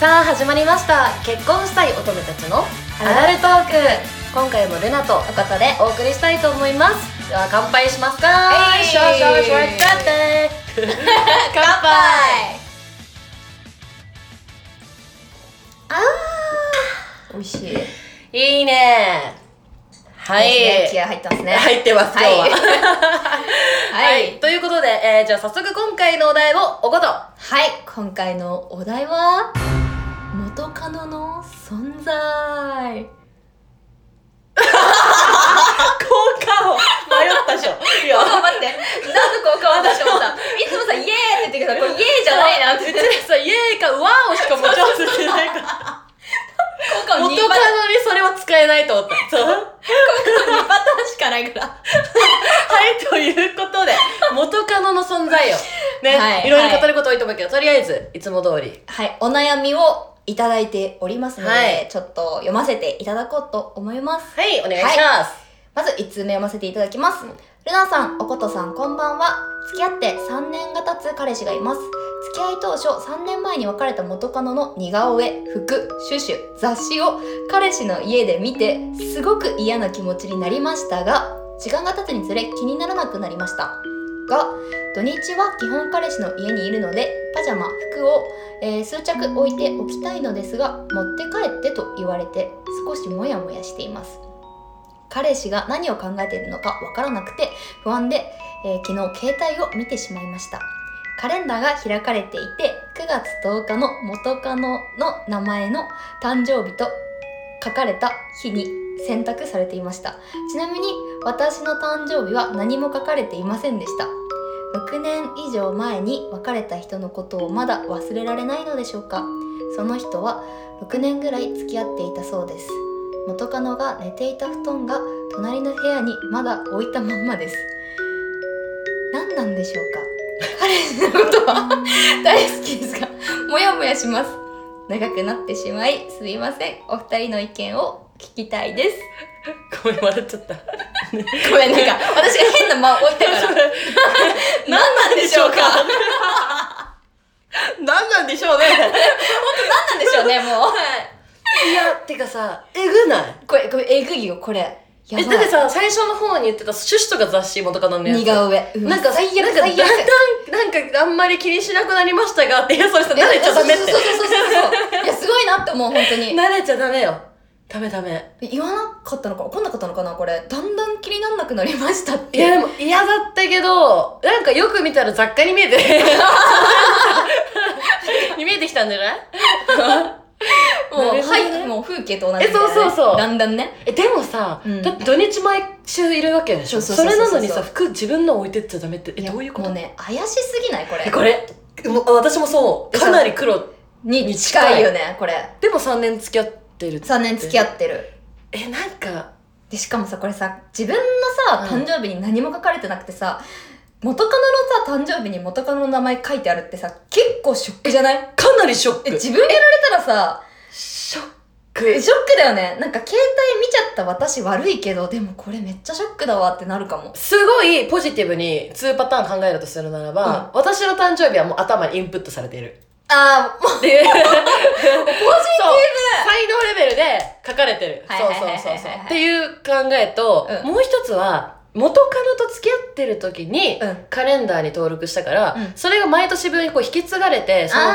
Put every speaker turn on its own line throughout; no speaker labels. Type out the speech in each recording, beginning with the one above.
さあ始まりました結婚したい乙女たちのアダルトーク今回もルナと博多でお送りしたいと思いますでは乾杯しますか
えい
シュワシュワシュワ 乾杯
乾杯
あ
美味しい
ーいいねはい
ですね気合入ってますね
入ってます今日は、
はい
は
はい
い、ということで、えーじゃあ早速今回のお題をおごと
はい今回のお題は元カノの存
効
在
果を迷った でしょいや
あ待って何の効果を出してましたいつもさイエーイって言ってるけどこれイエーイじゃないなって
うちらさイエーイかワーをしか持ち合わせて ないから
効果を
元
2
カノ
パ
にそれは使えないと思ったそう
ターン2パターンしかないから
はい、ということで、元カノの存在よ。ね、
はい
い、ろいろ語ること多いと思うけど、とりあえず、いつも通り。
はいお悩みをいただいておりますので、
はい
ちょっと読ませていただこうと思います
はい、お願いします。
まず1通目読ませていただきます。ルナさん、おことさん、こんばんは。付き合って3年が経つ彼氏がいます。付き合い当初3年前に別れた元カノの似顔絵、服、シュシュ、雑誌を彼氏の家で見て、すごく嫌な気持ちになりましたが、時間が経つにつれ気にならなくなりました。が、土日は基本彼氏の家にいるので、パジャマ、服を、えー数着置いておきたいのですが、持って帰ってと言われて、少しモヤモヤしています。彼氏が何を考えているのかわからなくて不安で、えー昨日携帯を見てしまいましたカレンダーが開かれていて9月10日の元カノの名前の誕生日と書かれた日に選択されていましたちなみに私の誕生日は何も書かれていませんでした6年以上前に別れた人のことをまだ忘れられないのでしょうかその人は6年ぐらい付き合っていたそうです元カノが寝ていた布団が隣の部屋にまだ置いたまんまです何なんでしょうか彼氏のことは大好きですがもやもやします長くなってしまいすいませんお二人の意見を聞きたいです
ごめん、笑っちゃった。
ごめんなんか私が変な間を置いたから 何なんでしょうか
何なんでしょうね。
何なんでしょうねもう
いや、てかさ、えぐない
これこれえぐいよこれやば
え、
い
だってさ、最初の方に言ってた趣旨とか雑誌元カノのやつ。
似顔絵
なんか、
最悪
なんかだ
最
ん
悪
だん、なんかあんまり気にしなくなりましたがって、いや、それさ、慣
いや
れちゃダメって
そう。そうそうそうそうそういやすごいなって思う本当に
慣れちゃダメよ。ダメダメ。
言わなかったのか怒んなかったのかなこれだんだん気になんなくなりましたっ
い
て
や、で も嫌だったけど、なんかよく見たら雑貨に見えて。に見えてきたんじゃ ない
もう、
なるほどね
はいもう風景と同じみたいなね
えそうそうそう
だんだんね
えでもさ、
うん
だって土日毎週いるわけでしょ
そう
そ
そうそうそ
れな
うそう
のにさ服自分の置いてっちゃダメってえ
いや
どういうこと
もうね怪しすぎないこ
え
れ
これもう私もそうかなり黒
に近いよねこれ
でも3年付き合ってる
3年付き合ってる
えなんか
でしかもさこれさ自分のさ
うん
誕生日に何も書かれてなくてさ、元カノのさ誕生日に元カノの名前書いてあるってさ結構ショックじゃない
かなりショック
え自分やられたらさ
ショッ
え
ク
ショックだよねなんか携帯見ちゃった私悪いけどでもこれめっちゃショックだわってなるかも
すごいポジティブに2パターン考えるとするならば、私の誕生日はもう頭にインプットされている
あ あ、もう、
でそう
ポジ
才能レベルで書かれてる
はい
そ
は
う
い
そ
は
う
い
そうそ
はいうはい
っていう考えと、
うん
もう一つは元カノと付き合ってる時に、
ティブうん。
カレンダーに登録したから、
うん
それが毎年分にこう引き継がれてその
あー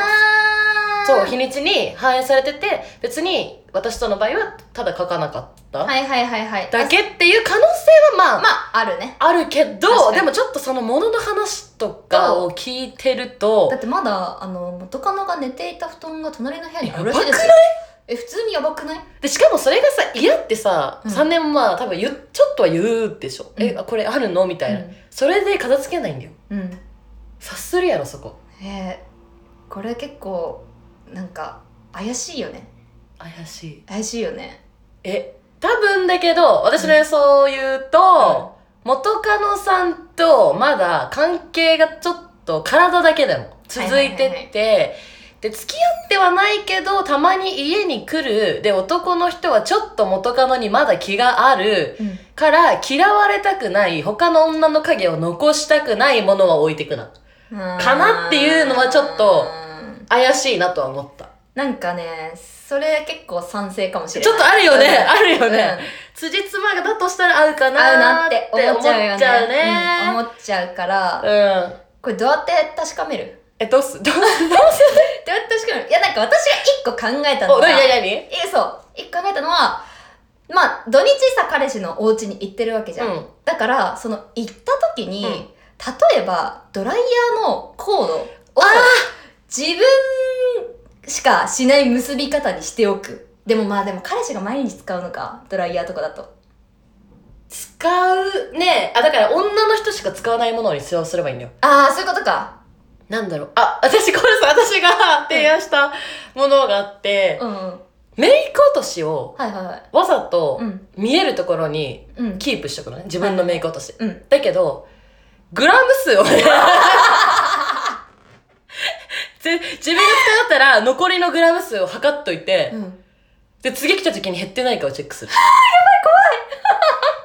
そう日にちに反映されてて別に私との場合はただ書かなかった、
はいはいはいはい。
だけっていう可能性はまあ、
まあ、あるね。
あるけ
確
ど
かに
でもちょっとそのものの話とかを聞いてると
だってまだ、あの、元カノが寝ていた布団が隣の部屋にあるらしい
や
で
ばく
す
な
よ。え、普通にやばくない
でしかもそれがさ嫌ってさ、
うん
3年まあ多分言うちょっとは言うでしょ、
うん
えこれあるのみたいな、それで片付けないんだよ
うん。うん。
察するやろそこ
えー、これ結構、なんか、怪しいよね。
怪しい
怪しいよね。
え多分だけど私の予想を言うと、元カノさんとまだ関係がちょっと体だけでも続いて
はいはい
って、で付き合ってはないけどたまに家に来るで男の人はちょっと元カノにまだ気がある
うん。
から嫌われたくない他の女の影を残したくないものは置いてくな
か
なっていうのはちょっと怪しいなとは思った
なんかねそれ結構賛成かもしれない
ちょっとあるよね、
うん
あるよね、
うん
辻褄がだとしたら合うか
合うな
なー
っ
って
て
思っ
思っ
ち
ち
ゃ
ゃ
う
う
よ
よ
ね
ねうん思っちゃうから
うん
これどうやって確かめる
えどうすどうす
どうやって確かめるいやなんか私が一個考え たの
お
が
何
え
何何
そう一個考えたのはまあ土日さ彼氏のお家に行ってるわけじゃん、
うん
だからその行った時に、
うん
例えばドライヤーのコードを
あ
自分しかしない結び方にしておくでもまあでも彼氏が毎日使うのかドライヤーとかだと
使うねあだから女の人しか使わないものに使用すればいいんだよ
ああそういうことか
なんだろうあ私これさ私が提案したものがあって、
うんうんは
メイク落としを
いはいはい
わざと
うん
見えるところに
うん
キープしとくのね自分のメイク落とし、
うん
だけどグラム数をねぜ自分が使ったら残りのグラム数を測っといて、
うん
で次来た時に減ってないかをチェックするや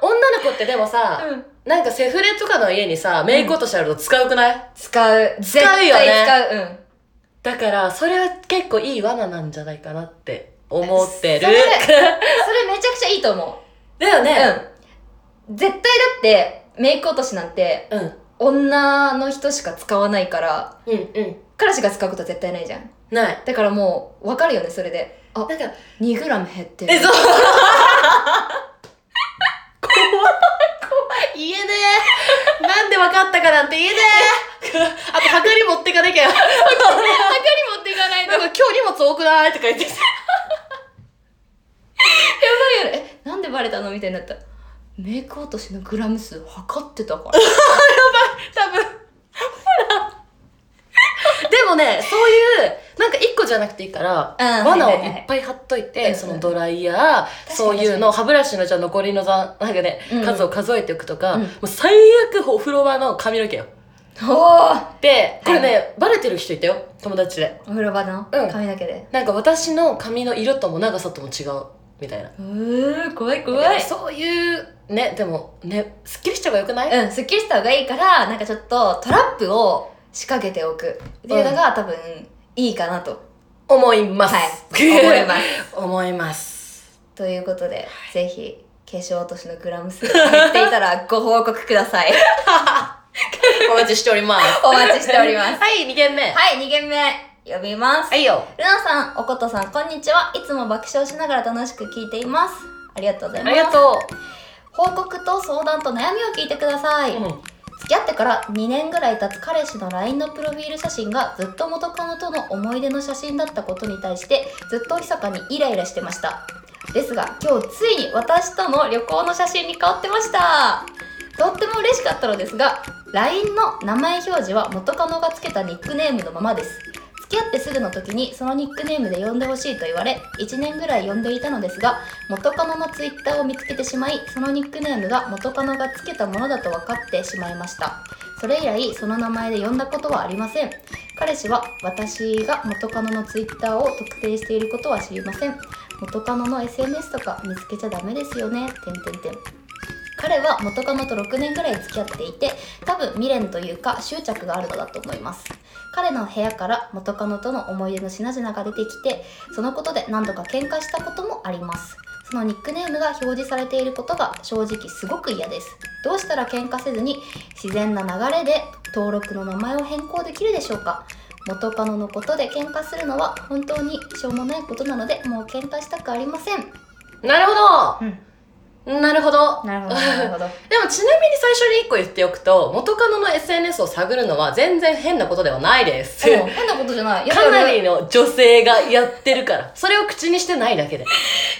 ばい怖い 女の子ってでもさ、
うん
なんかセフレとかの家にさメイク落としあると使うくない、
使う
使うよね
絶対使ううん
だからそれは結構いい罠なんじゃないかなって思ってる
それそれめちゃくちゃいいと思 う
だよね
うん。絶対だって、メイク落としなんて、
うん、
女の人しか使わないから、
うんうん
彼氏が使うことは絶対ないじゃん。
ない
だからもう、わかるよね、それで。あ、
なんか
2グラム減ってる。
えそう
言えね
なんで分かったかなんて言えねえあと測り持ってかなきゃ
え中に持っていかないと。
な
や
んか
ば
今日荷物多くないとか言ってさ
いよね。え、なんでバレたのみたいになった。メイク落としのグラム数測ってたから。
多分ほらでもねそういうなんか1個じゃなくていいから、
うん
罠を
はいはいはい
いっぱい貼っといて、
うんうん
そのドライヤー
に
そういうの歯ブラシのじゃあ残りのざなんかね、
うんうん
数を数えておくとか、
うん
もう最悪お風呂場の髪の毛よ
おー
でこれね、
は
バレてる人いたよ友達で
お風呂場の
うん
髪だけで。
なんか私の髪の色とも長さとも違うみたいな
うー、怖い怖
で
い
も。そういうねでもねすっきりした方がよくない、
うん、すっきりした方がいいから、なんかちょっとトラップを仕掛けておくっていうのが、多分いいかなと
思います、
はい思います す。
思います
ということで、ぜひ化粧落としのグラム数が減っていたらご報告ください。
お待ちしております
お待ちしております。
はい、2件目。は
はい、2件目呼びます。
いよ。
ルナさん、おことさん、こんにちは。いつも爆笑しながら楽しく聞いています。ありがとうござい
あ
ます。
りがと
報告と相談と悩みを聞いてくださ
う。
い。付き合ってから2年ぐらい経つ彼氏の LINE のプロフィール写真がずっと元カノとの思い出の写真だったことに対してずっと密かにイライラしてましたですが今日ついに私との旅行の写真に変わってましたとっても嬉しかったのですが LINE の名前表示は元カノがつけたニックネームのままです付き合ってすぐの時にそのニックネームで呼んでほしいと言われ1年ぐらい呼んでいたのですが元カノのツイッターを見つけてしまいそのニックネームが元カノがつけたものだと分かってしまいましたそれ以来その名前で呼んだことはありません彼氏は私が元カノのツイッターを特定していることは知りません元カノの SNS とか見つけちゃダメですよねてんてんてん彼は元カノと6年ぐらい付き合っていて多分未練というか執着があるのだと思います彼の部屋から元カノとの思い出の品々が出てきてそのことで何度か喧嘩したこともありますそのニックネームが表示されていることが正直すごく嫌ですどうしたら喧嘩せずに自然な流れで登録の名前を変更できるでしょうか元カノのことで喧嘩するのは本当にしょうもないことなのでもう喧嘩したくありません
なるほ
うん
ど。なるほど。
なる ほどなるほど
でもちなみに最初に1個言っておくと、元カノの SNS を探るのは全然変なことではないです。
うん変なことじゃない や
かな
や
りの女性がやってるから。それを口にしてないだけで。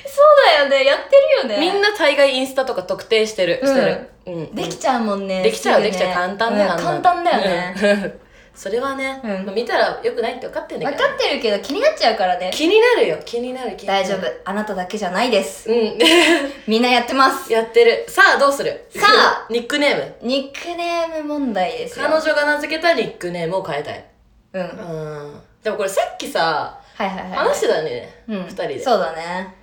そうだよねやってるよね
みんな大概インスタとか特定してる。
うん
してる。うん
できちゃうもんね
できちゃう、
すぐ
で
ね
きちゃう。簡単だよ、
うん
あんな
簡
の
単だよね、
うん それはね、
うん
まあ見たらよくないって分かってんだ
分
け
か
ど。
ってるけど気になっちゃうからね
気になるよ、気になる、気にな
大
る。
丈夫。あなただけじゃないです
うん。
みんなやってます
やってる。さあ、どうする
さあ
ニックネーム。
ニックネーム問題ですよ
彼女が名付けたニックネームを変えたい。
うんは
う
い
ん。でもこれさっきさ、
はいはい
話してたよね。
うん
二人で
そうだね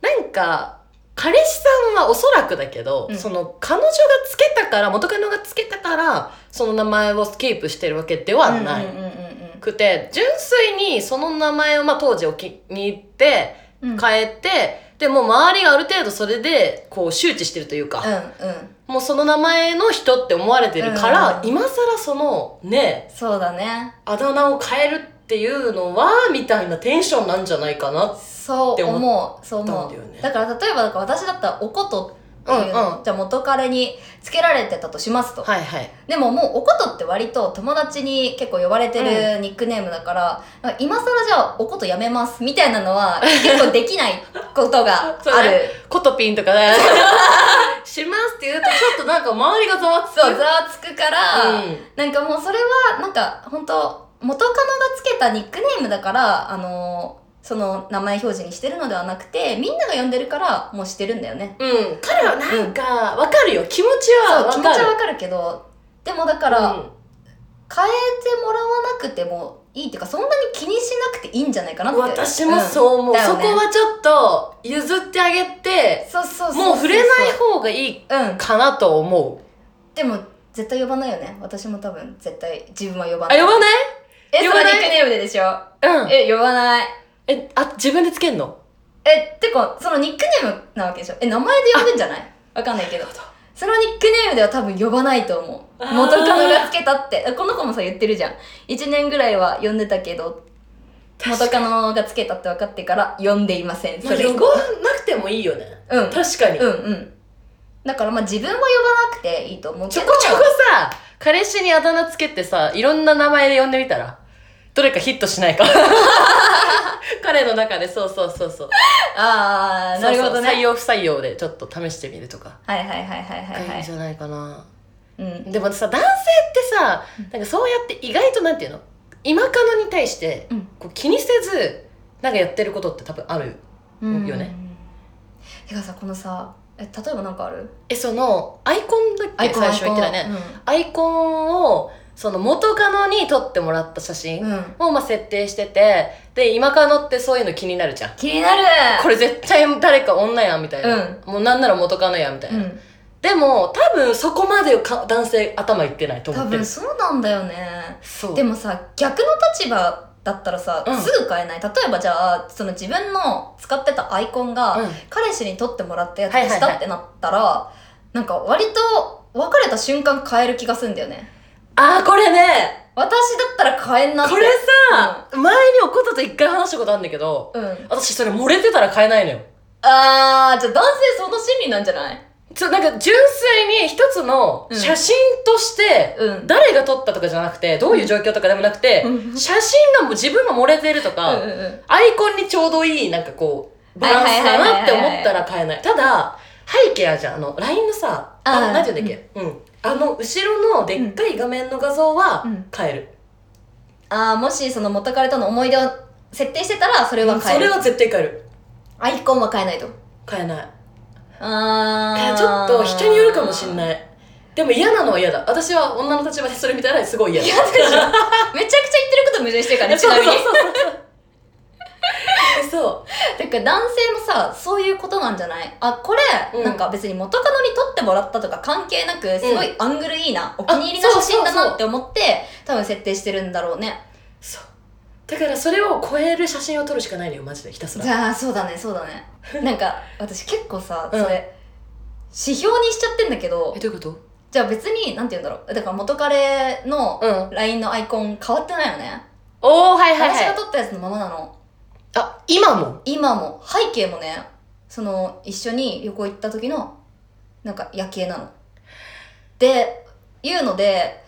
なんか、彼氏さんはおそらくだけど、
うん
その彼女がつけたから、元カノがつけたから、その名前をキープしてるわけではない。
うんうんうんうんうん
くて、純粋にその名前を、まあ、当時お気に入って
うん
変えて、でもう周りがある程度それでこう周知してるというか、
うんうん
もうその名前の人って思われてるから、
うん
今更そのね
そうだね
あだ名を変えるっていうのはみたいなテンションなんじゃないかなって
そう思うそう
思
思
っ
う
たんだよね
だから例えばだから私だったらおことっていう
うん
のじゃあ元彼につけられてたとしますと、
はいはい
でももうおことって割と友達に結構呼ばれてるニックネームだから、なんか今更じゃあおことやめますみたいなのは結構できないことがある
そうねコトピンとかねしますって言うとちょっとなんか周りがざわつく
そうざわつくか
う
ら、
ん
なんかもうそれはなんか本当元カノがつけたニックネームだからあのーその名前表示にしてるのではなくてみんなが呼んでるからもうしてるんだよね
うん、彼はなんかわかるよ気持ちは
そう
わ
気持ち
かる
はわかるけどでもだから、
うん
変えてもらわなくてもいいっていうかそんなに気にしなくていいんじゃないかなって
私もそう思う、
んだ
そ
よね
こはちょっと譲ってあげて
そうそうそう
もう触れない方がいい
方うん
かなと思う
でも絶対呼ばないよね私も多分絶対自分は呼ば
あ
ない
呼ばない
え
呼
そ
ば
れ
な
ニ
い
ックネームででしょ
うんえ
え呼ばない
あ自分でつけんの
えてかそのニックネームなわけでしょえ名前で呼ぶんじゃないわかんないけどそのニックネームでは多分呼ばないと思う
あー
元カノがつけたってこの子もさ言ってるじゃん1年ぐらいは呼んでたけど元カノがつけたって分かってから呼んでいません
まあ
それ以
呼
降
ばなくてもいいよね
うん
確かに、
うんうんだからまあ自分は呼ばなくていいと思うけ
ちょ
ど
こちょこさ彼氏にあだ名つけてさいろんな名前で呼んでみたらどれかヒットし ないか彼の中でそうそうそうそう
ああなるほ
そ
どね
うそう採用不採用でちょっと試してみるとか
はいはいはいはいはい
が
はい
いん
い
じゃないかな
うん
でもさ男性ってさなんかそうやって意外となんていうの今カノに対して
うん
こう気にせずなんかやってることって多分ある
うん
よね
てかさこのさえ例えばなんかある
えそのアイコンだっけ最初言ってたねアイコンをその元カノに撮ってもらった写
う
真
ん、うん、
をまあ設定しててで今カノってそういうの気になるじゃん
気になる
これ絶対誰か女やんみたいな、もうなんなら元カノやんみたいな、
うん
でも多分そこまでか男性頭いってないと思っ
多
てる
分そうなんだよね
そう
でもさ逆の立場だったらさ、
うん
すぐ変えない例えばじゃあその自分の使ってたアイコンが、
うん
彼氏に取ってもらったやつ
はい
で
は
し
いはい
たってなったら、なんか割と別れた瞬間変える気がするんだよね
ああこれね
私だったら変えんなって
これさ、前におことと一回話したことあるんだけど、
うん
私それ漏れてたら買えないのよ。
あーじゃあ男性その心理なんじゃない
そう、なんか純粋に一つの
うん
写真として、
うん
誰が撮ったとかじゃなくて、どういう状況とかでもなくて、
うん
写真がもう自分が漏れてるとか、
うんうんうん
アイコンにちょうどいい、なんかこう、バランスだなって思ったら買えない。ただ、背景あるじゃん、あの、LINE のさ、あ
あー
の、何て言うんだっけ、うん、あの、後ろのでっかい画面の画像は
うん
買える。
あーもしその元彼との思い出を設定してたらそれは変え
そ
る
れは絶対買える。
アイコンは変えないと
買えない。
あ
え
ー
ちょっと人によるかもしんないでも嫌なのは嫌だ私は女の立場でそれ見たらすごい嫌だ
嫌だでしょめちゃくちゃ言ってること矛盾してるからねち
そう
なみに
そうそう そう
だから男性もさそういうことなんじゃないあこれ、
うん
なんか別に元カノに撮ってもらったとか関係なくすごいアングルいいな、お気に入りの写真だ
そうそうそう
なって思って多分設定してるんだろうね
そうだからそれを超える写真を撮るしかないのよマジでひたす
じ
ら
ゃあそうだねそうだねなんか私結構さそれ、
うん
指標にしちゃってんだけど
えどういうこと
じゃあ別になんて言うんだろうだから元彼の
うん
LINE のアイコン変わってないよね、
おおはいはい
私
は
が
い
撮ったやつのままなの
あ今も
今も背景もねその一緒に旅行行った時のなんか夜景なの。でいうので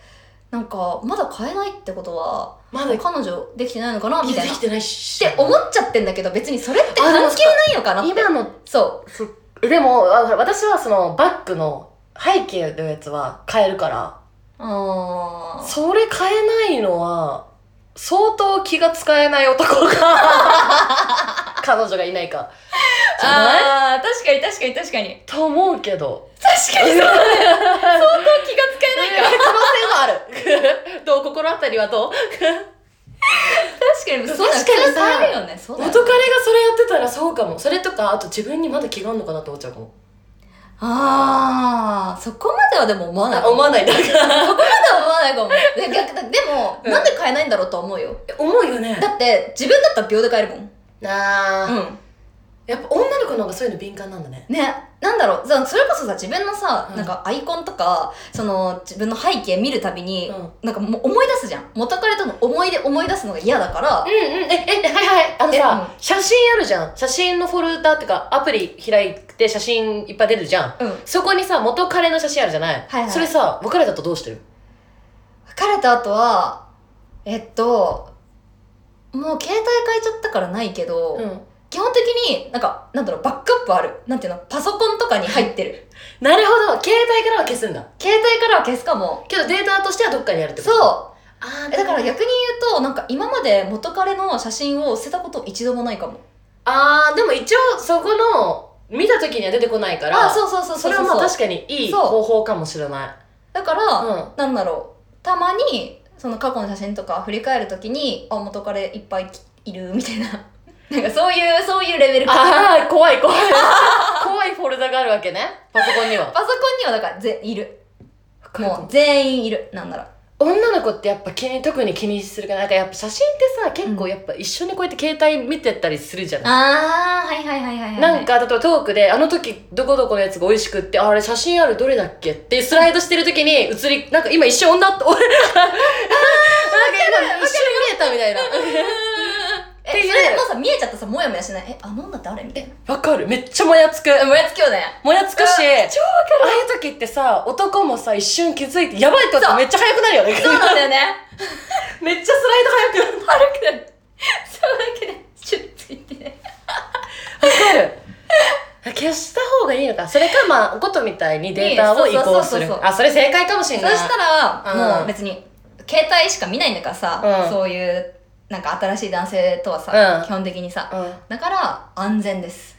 なんかまだ買えないってことは
まだ
彼女できてないのかなみ
いや
た
で
いなっ
きてないして
思っちゃってんだけど別にそれって
あ
関
でも
係ないのかなって
今の
そ
でもあ私はそのバッグの背景のやつは変えるから
うあー
それ変えないのは、相当気が 使えない男か、彼女がいないか、じゃない
あー確かに確かに確かに
と思うけど。
確かに そうだね相当気が使えないから
可能性はあ る。どう心当たりはどう
確かにそうだ
確か
ね
にさ
普通は変えるよねそうだ
元彼
ね
がそれやってたらそうかも。それとか、あと自分にまだ気があるのかなって思っちゃうかも。
ああそこまではでも思わない
あ思わないだから
そこまでは思わないかもで逆だでも、
うん
なんで買えないんだろうとは思うよ
思うよね
だって自分だったら秒で買えるもん
あー
うん
やっぱ女の子の方がそういうの敏感なんだね
ねなんだろうそそれこそさ自分のさ、
うん
なんかアイコンとかその自分の背景見るたびに、
うん
なんかもう思い出すじゃん元彼との思い出思い出すのが嫌だから
うんうんええはいはいあのさ、
え
写真あるじゃん写真のフォルダっていうかアプリ開いて写真いっぱい出るじゃん
うん
そこにさ元彼の写真あるじゃない、
はいはい
それさ別れたとどうしてる
別れた後はえっともう携帯変えちゃったからないけど、
ん
基本的になんかなんだろうバックアップあるなんていうのパソコンとかに入ってる
なるほど携帯からは消すんだ
携帯からは消すかも
けどデータとしてはどっかにあるってこと
そう
あー
えだから
あ
逆に言うとなんか今まで元彼の写真を捨てたこと一度もないかも
あーでも一応そこの見た時には出てこないから
あそうそうそうそう
それはまあ確かにいい
そう
方法かもしれない
だから、
うん
なんだろうたまにその過去の写真とか振り返るときにあ元彼いっぱいいるみたいな なんかそういうそういうレベルパ
ああ怖い怖い 怖いフォルダがあるわけねパソコンには
ソコンにはだからぜいるもう全員いるなんなら
女の子ってやっぱ気に特に気にするからなんかやっぱ写真ってさ結構やっぱ一緒にこうやって携帯見てたりするじゃない、
ああはいはいはいはいはい
なんか例えばトークであの時どこどこのやつが美味しくってあれ写真あるどれだっけってスライドしてる時に映りなんか今一瞬女 って俺なんか今一瞬見れたみたいな
え
っていう
それもさ見えちゃったさモヤモヤしないえあの女誰みたいな
わかるめっちゃもやつく
えもやつきょうだよ
もやつくし
うん超わ
ああいう時ってさ男もさ一瞬気づいてやばいってことめっちゃ早くなるよね
そうなんだよね
めっちゃスライド早くなる
悪くなるそうだけどちょっと言ってね
わかる 消した方がいいのかそれかまあおことみたいにデータを移行す
いいそうそうそう
る
そう
あそれ正解かもし
そ
れ
した
ない
ら、
うん
もう別に携帯しか見ないんだからさ、
うん
そういうなんか新しい男性とはさ、
うん
基本的にさ
うん
だから安全です、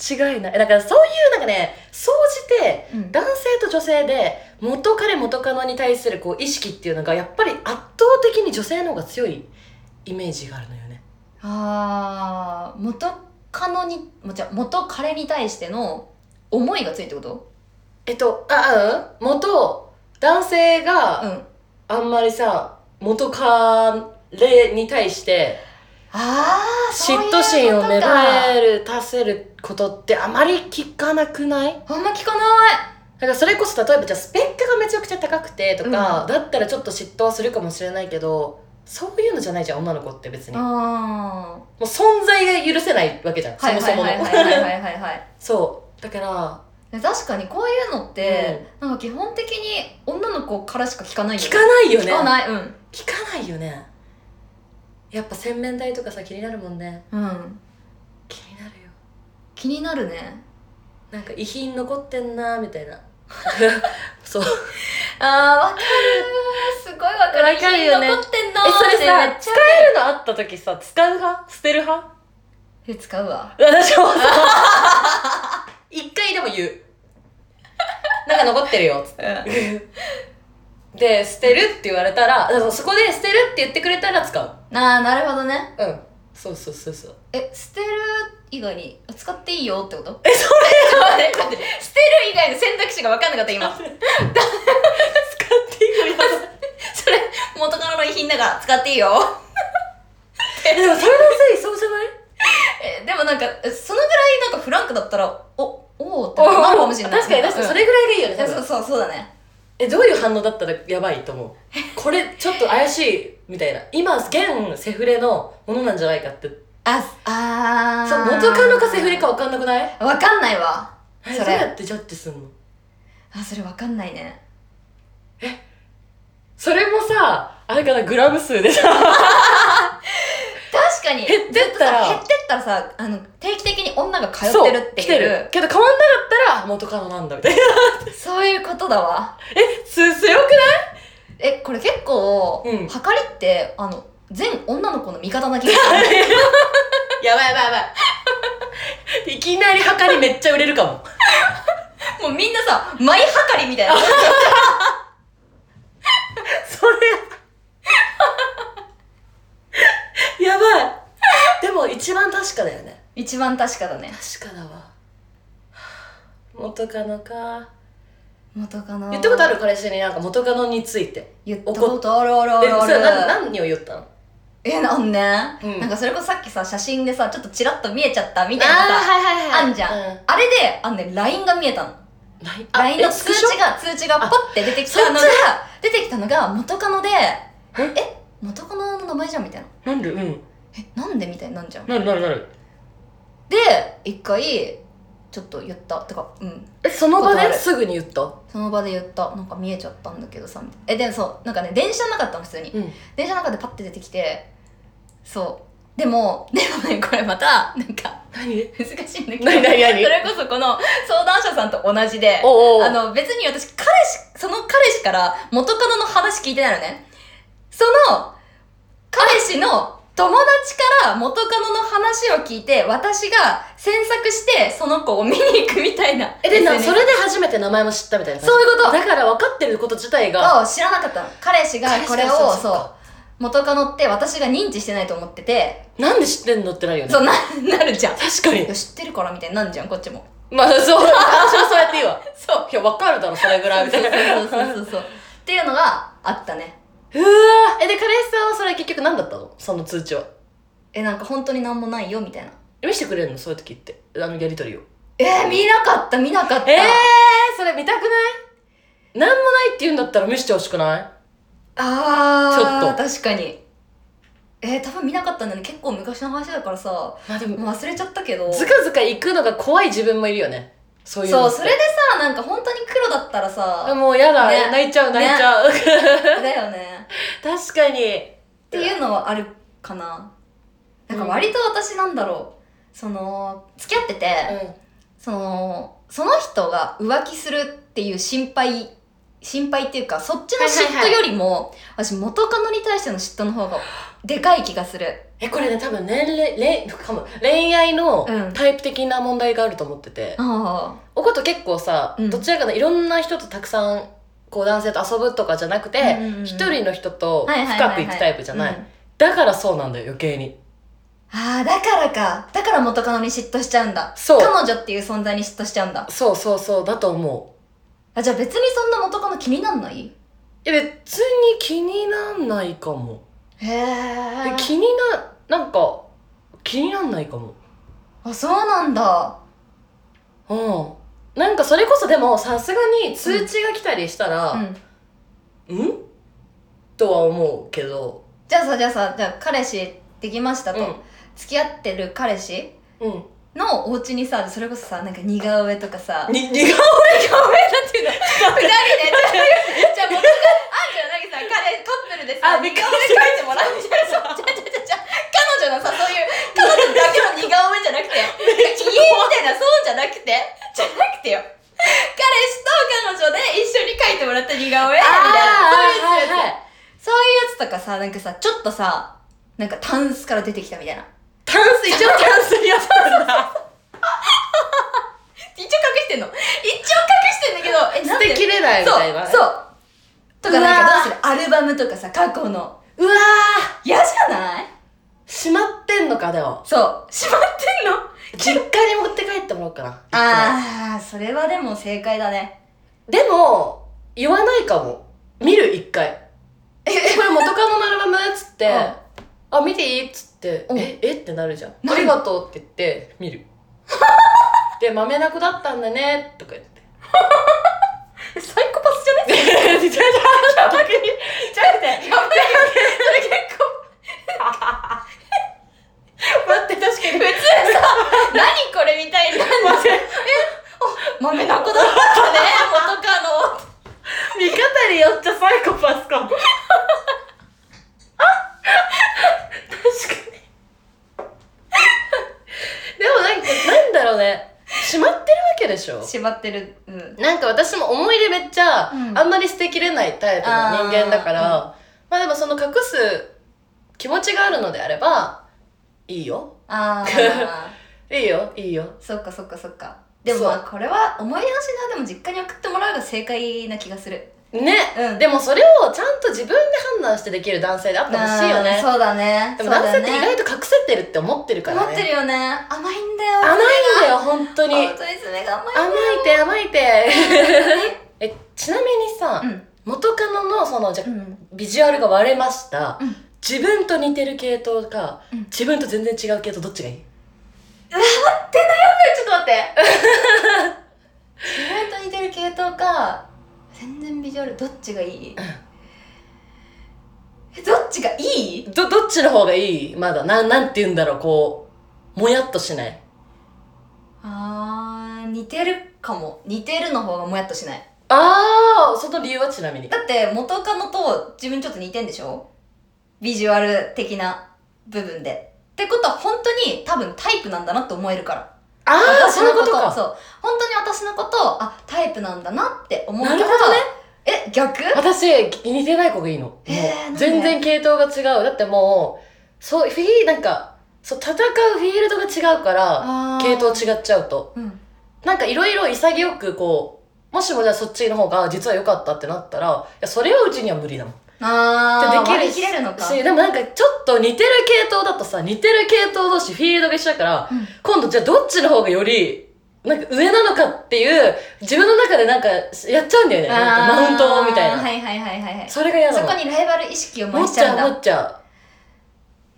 間違いないだからそういうなんかね総じて
うん
男性と女性で元彼元カノに対するこう意識っていうのがやっぱり圧倒的に女性の方が強いイメージがあるのよね
あー元カノにもうじゃあ元彼に対しての思いがついってこと
えっとあうん元男性が、
うんあ
あんまりさ元カレに対して
あ
嫉妬心を芽生
え
えるたせることってあまり聞かなくない
あんま聞かない
だからそれこそ例えばじゃあスペックがめちゃくちゃ高くてとか、
うん
だったらちょっと嫉妬はするかもしれないけどそういうのじゃないじゃん女の子って別にも
あ
う存在が許せないわけじゃん
あ
そもそも
はい
の
はい はいはいはいはいはい
そうだから
で確かにこういうのって、なんか基本的に女の子からしか聞かないよね
聞かないよね
聞かないうん
聞かないよねやっぱ洗面台とかさ気になるもんね
うん
気になるよ
気になるね
なんか遺品残ってんなみたいな そう
あーわかる すごいわかる
わかるよね
残ってんなー
えそれさ
ってめっちゃ
使えるのあった時さ使う派捨てる派
え使うわ
私もそう一回でも言うなんか残ってるよつっ
うん
てで捨てるって言われたらだからそこで捨てるって言ってくれたら使う
あーなるほどね
うんそうそうそうそう
え捨てる以外にあ使っていいよってこと
えそれ
ちょっと待って待って 捨てる以外の選択肢が分かんなかった今
使っていいよ
それ元カノの遺品だから使っていいよ
でもそれのせいそうじゃない
えでもなんかえそのぐらいなんかフランクだったらおおーってなるかもしれない
確かに確かにそ
れ、
れぐらいがいいよね
うん
多
え
分
そうそうそうだね
えどういう反応だったらやばいと思うこれちょっと怪しいみたいな今現セフレのものなんじゃないかって
ああー
そう元カノかセフレか分かんなくない
わかんないわ
そ
そ
どうや
れ
ってジャッジすんの
あそれわかんないね
それもさあれかなグラム数でさ
確かに
減ってったら
ずとさ減ってったらさあの定期的に女が通ってる
そ
って
う来て
い
る
う
けど変わんなかったら元カノなんだみたいな
そういうことだわ
えす強くない
えこれ結構、
うん
はかりってあの全女の子の味方な気がす る
やばいやばいやばいいきなりはかりめっちゃ売れるかも
もうみんなさマイはかりみたいな
それやばいでも一番確かだよね
一番確かだね
確かだわ元カノか
元カノ
言ったことある彼氏になんか元カノについて
言ったことあるあるあ
え
るあ
そ
る
れは何何を言ったの
えなんね、
うん
なんかそれこそさっきさ写真でさちょっとチラッと見えちゃったみ
み
たいなさ
はいはい
あんじゃん
う
あれであのね LINE が見えたの
LINE
LINE の通知
が
が通知がポッて出てきたのが
そっ
出てきたのが元カノでえ元カノの名前じゃんみたいな
なんでうん
えなんでみたいになんじゃん
なるなるなる
で一回ちょっと言ったてかうん
えその場で
断る
すぐに言った
その場で言ったなんか見えちゃったんだけどさみたいなえでもそうなんかね電車の中だったの普通に
うん
電車の中でパッて出てきてそうでもでもねこれまたなんか
何
難しいんだけど
何何何
それこそこの相談者さんと同じで
おうおう
あの別に私彼氏その彼氏から元カノの話聞いてないのねその彼氏の友達から元カノの話を聞いて私が詮索してその子を見に行くみたいな
えでな
SNS
それで初めて名前も知ったみたいな感じ
そういうこと
だから分かってること自体が
を知らなかったの彼氏がこれを
彼氏がそう
そう元カノって私が認知してないと思ってて
なんで知ってんのってなるよね
そうな なるじゃんい
確かに
や知ってるからみたいになんじゃんこっちも
まあそう 私はそうやっていいわ
そう
いや分かるだろそれぐらいみたいな
そうそうそうそうそうっていうのがあったね
うわーえで彼氏さんはそれ結局何だったのその通知は
えなんか本当になんもないよみたいな
見せてくれるのそういう時ってあのやり取りを
えー、見なかった見なかった、
えー、それ見たくないなんもないって言うんだったら見せてほしくない
あ
ちょっ
ー確かにえー、多分見なかったんだね結構昔の話だからさも
まあで
う忘れちゃったけど
ずかずか行くのが怖い自分もいるよねそういうの
そう
って
それでさなんか本当に黒だったらさ
もうやだ、
ね
泣いちゃう泣いちゃう、
だよね
確かに
っていうのはあるかななんか割と私なんだろうその付き合ってて、そのその人が浮気するっていう心配心配っていうかそっちの嫉
は
妬
いはい
よりも、私元カノに対しての嫉妬の方がでかい気がする
えこれね多分年齢恋かも恋愛の
うん
タイプ的な問題があると思ってて、
あ
おこと結構さ、
うん
どちらかのいろんな人とたくさんこう男性と遊ぶとかじゃなくて
うんうんうん
一、人の人と
あ
深くいくタイプじゃない,、だからそうなんだよ余計に
ああだからかだから元カノに嫉妬しちゃうんだ
そう
彼女っていう存在に嫉妬しちゃうんだ
そうそうそうだと思
あじゃあ別にそんな元カノ気になんないう
いや別に気になんないかも
へ
え
え
気にななんか気になんないかも
あそうなんだ
うんなんかそれこそでもさすがに通知が来たりしたら、
うん
んとは思うけど
じゃあさじゃあさじゃあ彼氏できましたと、付き合ってる彼氏
うんうん
のお家にさそれこそさなんか似顔絵とかさ
に似顔
似顔絵な んていうの二人でじゃあ元があんじゃないさ彼カップルで
あ
さ
びっくり
似顔絵描いてもらうみたいなそうじゃあじゃあじゃあ彼女のさそういう彼女だけの似顔絵じゃなくて家みたいなそうじゃなくてじゃなくてよ彼氏と彼女で一緒に描いてもらった似顔絵みたい
はい
な
はい
そういうやつそういうやつとかさなんかさちょっとさなんかタンスから出てきたみたいな
タンス一応タンスにやったんだ
一応隠してんの一応隠してんだけどえ
捨
なんで
てきれないみたいな
そうそうとかなんか
う
どうするアルバムとかさ過去の
うわ
嫌じゃない
ーしまってんのかでも
そうしまってんの
実家に持って帰ってもらおうかな
ああそれはでも正解だね
でも言わないかも見る一回これ元カノのアルバムっつって
うん
「あ見ていい?」っつって「
うん
ええってなるじゃん「
な
あ
る
りがとう」って言って見 るで「豆なくだったんだね」とか言って
サイコパスじゃ ない
じゃじゃじゃ逆に
じゃなくてやばいそれ 結構
待って確か
普通 さ何これみたいになる
に待って
豆な子だったね 元カノ
見方によっちゃサイコパスかも確かにでもなんかなんだろうねしまってるわけでしょ
しまってるうん
なんか私も思い出めっちゃ、
うん
あんまり捨てきれないタイプの人間だから、まあでもその隠す気持ちがあるのであればいいよ
あ あ
いいよいいよ
そっかそっかそっかでもまあこれは思い出の品はでも実家に送ってもらうが正解な気がする
ね、
うん
でもそれをちゃんと自分で判断してできる男性であってほしいよ
うん
ね
そうだね。
でも男性って
そう
意
だね
外と隠せてるって思ってるから
思って
ね
るよね。甘いんだよ。
甘いんだよ本当に
本当に爪が甘い
甘いて甘いて えちなみにさ、
んだよ。
元カノのそのじゃ
うん。うん。
ビジュアルが割れました、
うん
自分と似てる系統か、
うん
自分と全然違う系統どっちがいい
ちょっと待 って。自分と似てる系統か、全然ビジュアル、どっちがいいえどっちがいい
どどっちの方がいいまだなんなんて言うんだろうこうもやっとしない
あー、似てるかも。似てるの方がもやっとしない。
ああその理由はちなみに
だって元カノと自分ちょっと似てんでしょビジュアル的な部分で。ってことは本当に多分タイプなんだなって思えるから。
ああ
私
そうい
の
うことか
そう。本当に私のことを、あ、タイプなんだなって思うから。
なるほどね
え、逆
私似てない子がいいの、もう
えーなんで
全然系統が違うだってもうそうフィーなんかそう戦うフィールドが違うから
あー
系統違っちゃうと
うん。
なんかいろいろ潔くこうもしもじゃあそっちの方が実は良かったってなったらいやそれはうちには無理だもん
あー、
で
割
で
り
き
切
る
れるのか。
しでもなんかちょっと似てる系統だとさ似てる系統同士フィールドが一緒だから
うん
今度じゃあどっちの方がよりなんか上なのかっていう自分の中でなんかやっちゃうんだよねなんかマウントみたい
あー
な、
はいはいはいはいはい。そ
それが嫌なの
こにライバル意識を
持
増
っ
し
ち
ちゃうん
ゃう
だ。
持っちゃ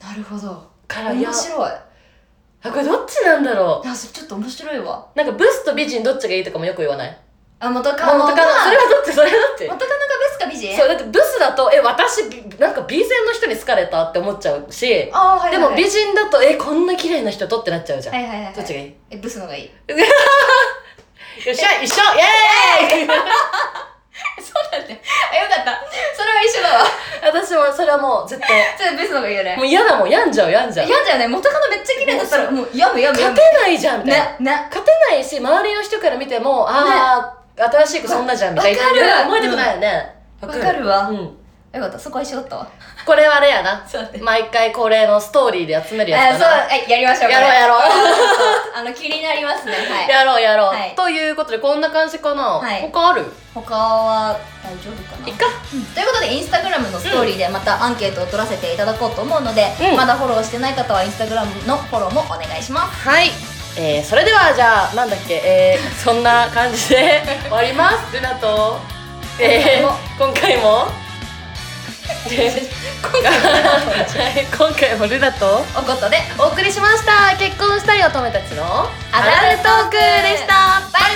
う
なるほど。
からいや
面白い。
あこれどっちなんだろ
あ、それちょっと面白いわ。
うなんかブスと美人どっちがいいとかもよく言わない
あ、元
ま
カ
あ
ノ
元
が。
カノそれはどっちそれはどっち
元カノがベスか美人
そうだってブスだとえ私びなんか美善の人に好かれたって思っちゃうしで
あーはいはいはい
も美人だとえこんな綺麗な人とってなっちゃうじゃん、
はいはいはいはい
どっちがいい
えブスのが いい
よっしゃ一緒イエーイ
そうだねあよかったそれは一緒だわ
私もそれはもう絶対
それブスのがいいよね
もう嫌だもん病んじゃう病んじゃう
嫌だよね元カノめっちゃ綺麗だったらもうやむやむや
勝
む
てないじゃんみたいな、
ねね
勝てないし周りの人から見てもああ、新しい子そんなじゃんみたいな
わかる
思いたくないよね
わかるわ
うん
よかったそこは一緒だったわ
これはあれやな
そうだね
毎回恒例のストーリーで集める
え
や
ー
つ
そう
だな
はいやりましょう
やろうやろう
うあの気になりますねはい
やろうやろう、
はい
ということでこんな感じかな、
はい
他ある
他は大丈夫かない
っか
うんということでインスタグラムのストーリーでまたアンケートを取らせていただこうと思うので、
うん
まだフォローしてない方はインスタグラムのフォローもお願いします
はい、えー、それではじゃあなんだっけ、えー、 そんな感じで終わりますルナと、えー、今回も今 回も今回もルナと
おことで
お送りしました結婚したい乙女たちのア
アダ
ダ
ル
ル
ト
ト
ー
ー
ク
ク
で
で
し
したた
バイバイ